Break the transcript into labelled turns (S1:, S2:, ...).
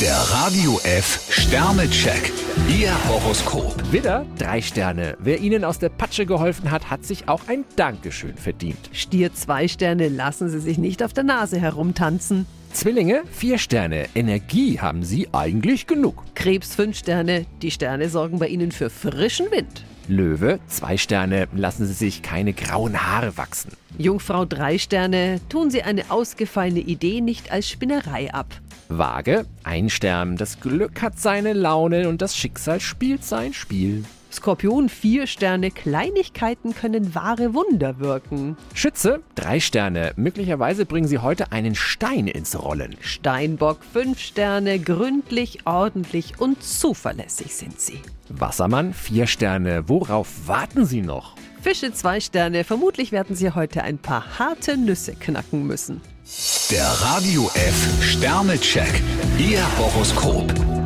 S1: Der Radio F Sternecheck. Ihr Horoskop.
S2: Widder, drei Sterne. Wer Ihnen aus der Patsche geholfen hat, hat sich auch ein Dankeschön verdient.
S3: Stier zwei Sterne, lassen Sie sich nicht auf der Nase herumtanzen.
S2: Zwillinge, vier Sterne. Energie haben Sie eigentlich genug.
S3: Krebs fünf Sterne, die Sterne sorgen bei Ihnen für frischen Wind.
S2: Löwe, zwei Sterne. Lassen Sie sich keine grauen Haare wachsen.
S3: Jungfrau drei Sterne, tun Sie eine ausgefallene Idee nicht als Spinnerei ab.
S2: Waage, ein Stern. Das Glück hat seine Laune und das Schicksal spielt sein Spiel.
S3: Skorpion vier Sterne, Kleinigkeiten können wahre Wunder wirken.
S2: Schütze, drei Sterne. Möglicherweise bringen Sie heute einen Stein ins Rollen.
S3: Steinbock fünf Sterne, gründlich, ordentlich und zuverlässig sind Sie.
S2: Wassermann, vier Sterne. Worauf warten Sie noch?
S3: Fische zwei Sterne, vermutlich werden Sie heute ein paar harte Nüsse knacken müssen.
S1: Der Radio F Sternecheck. Ihr Horoskop.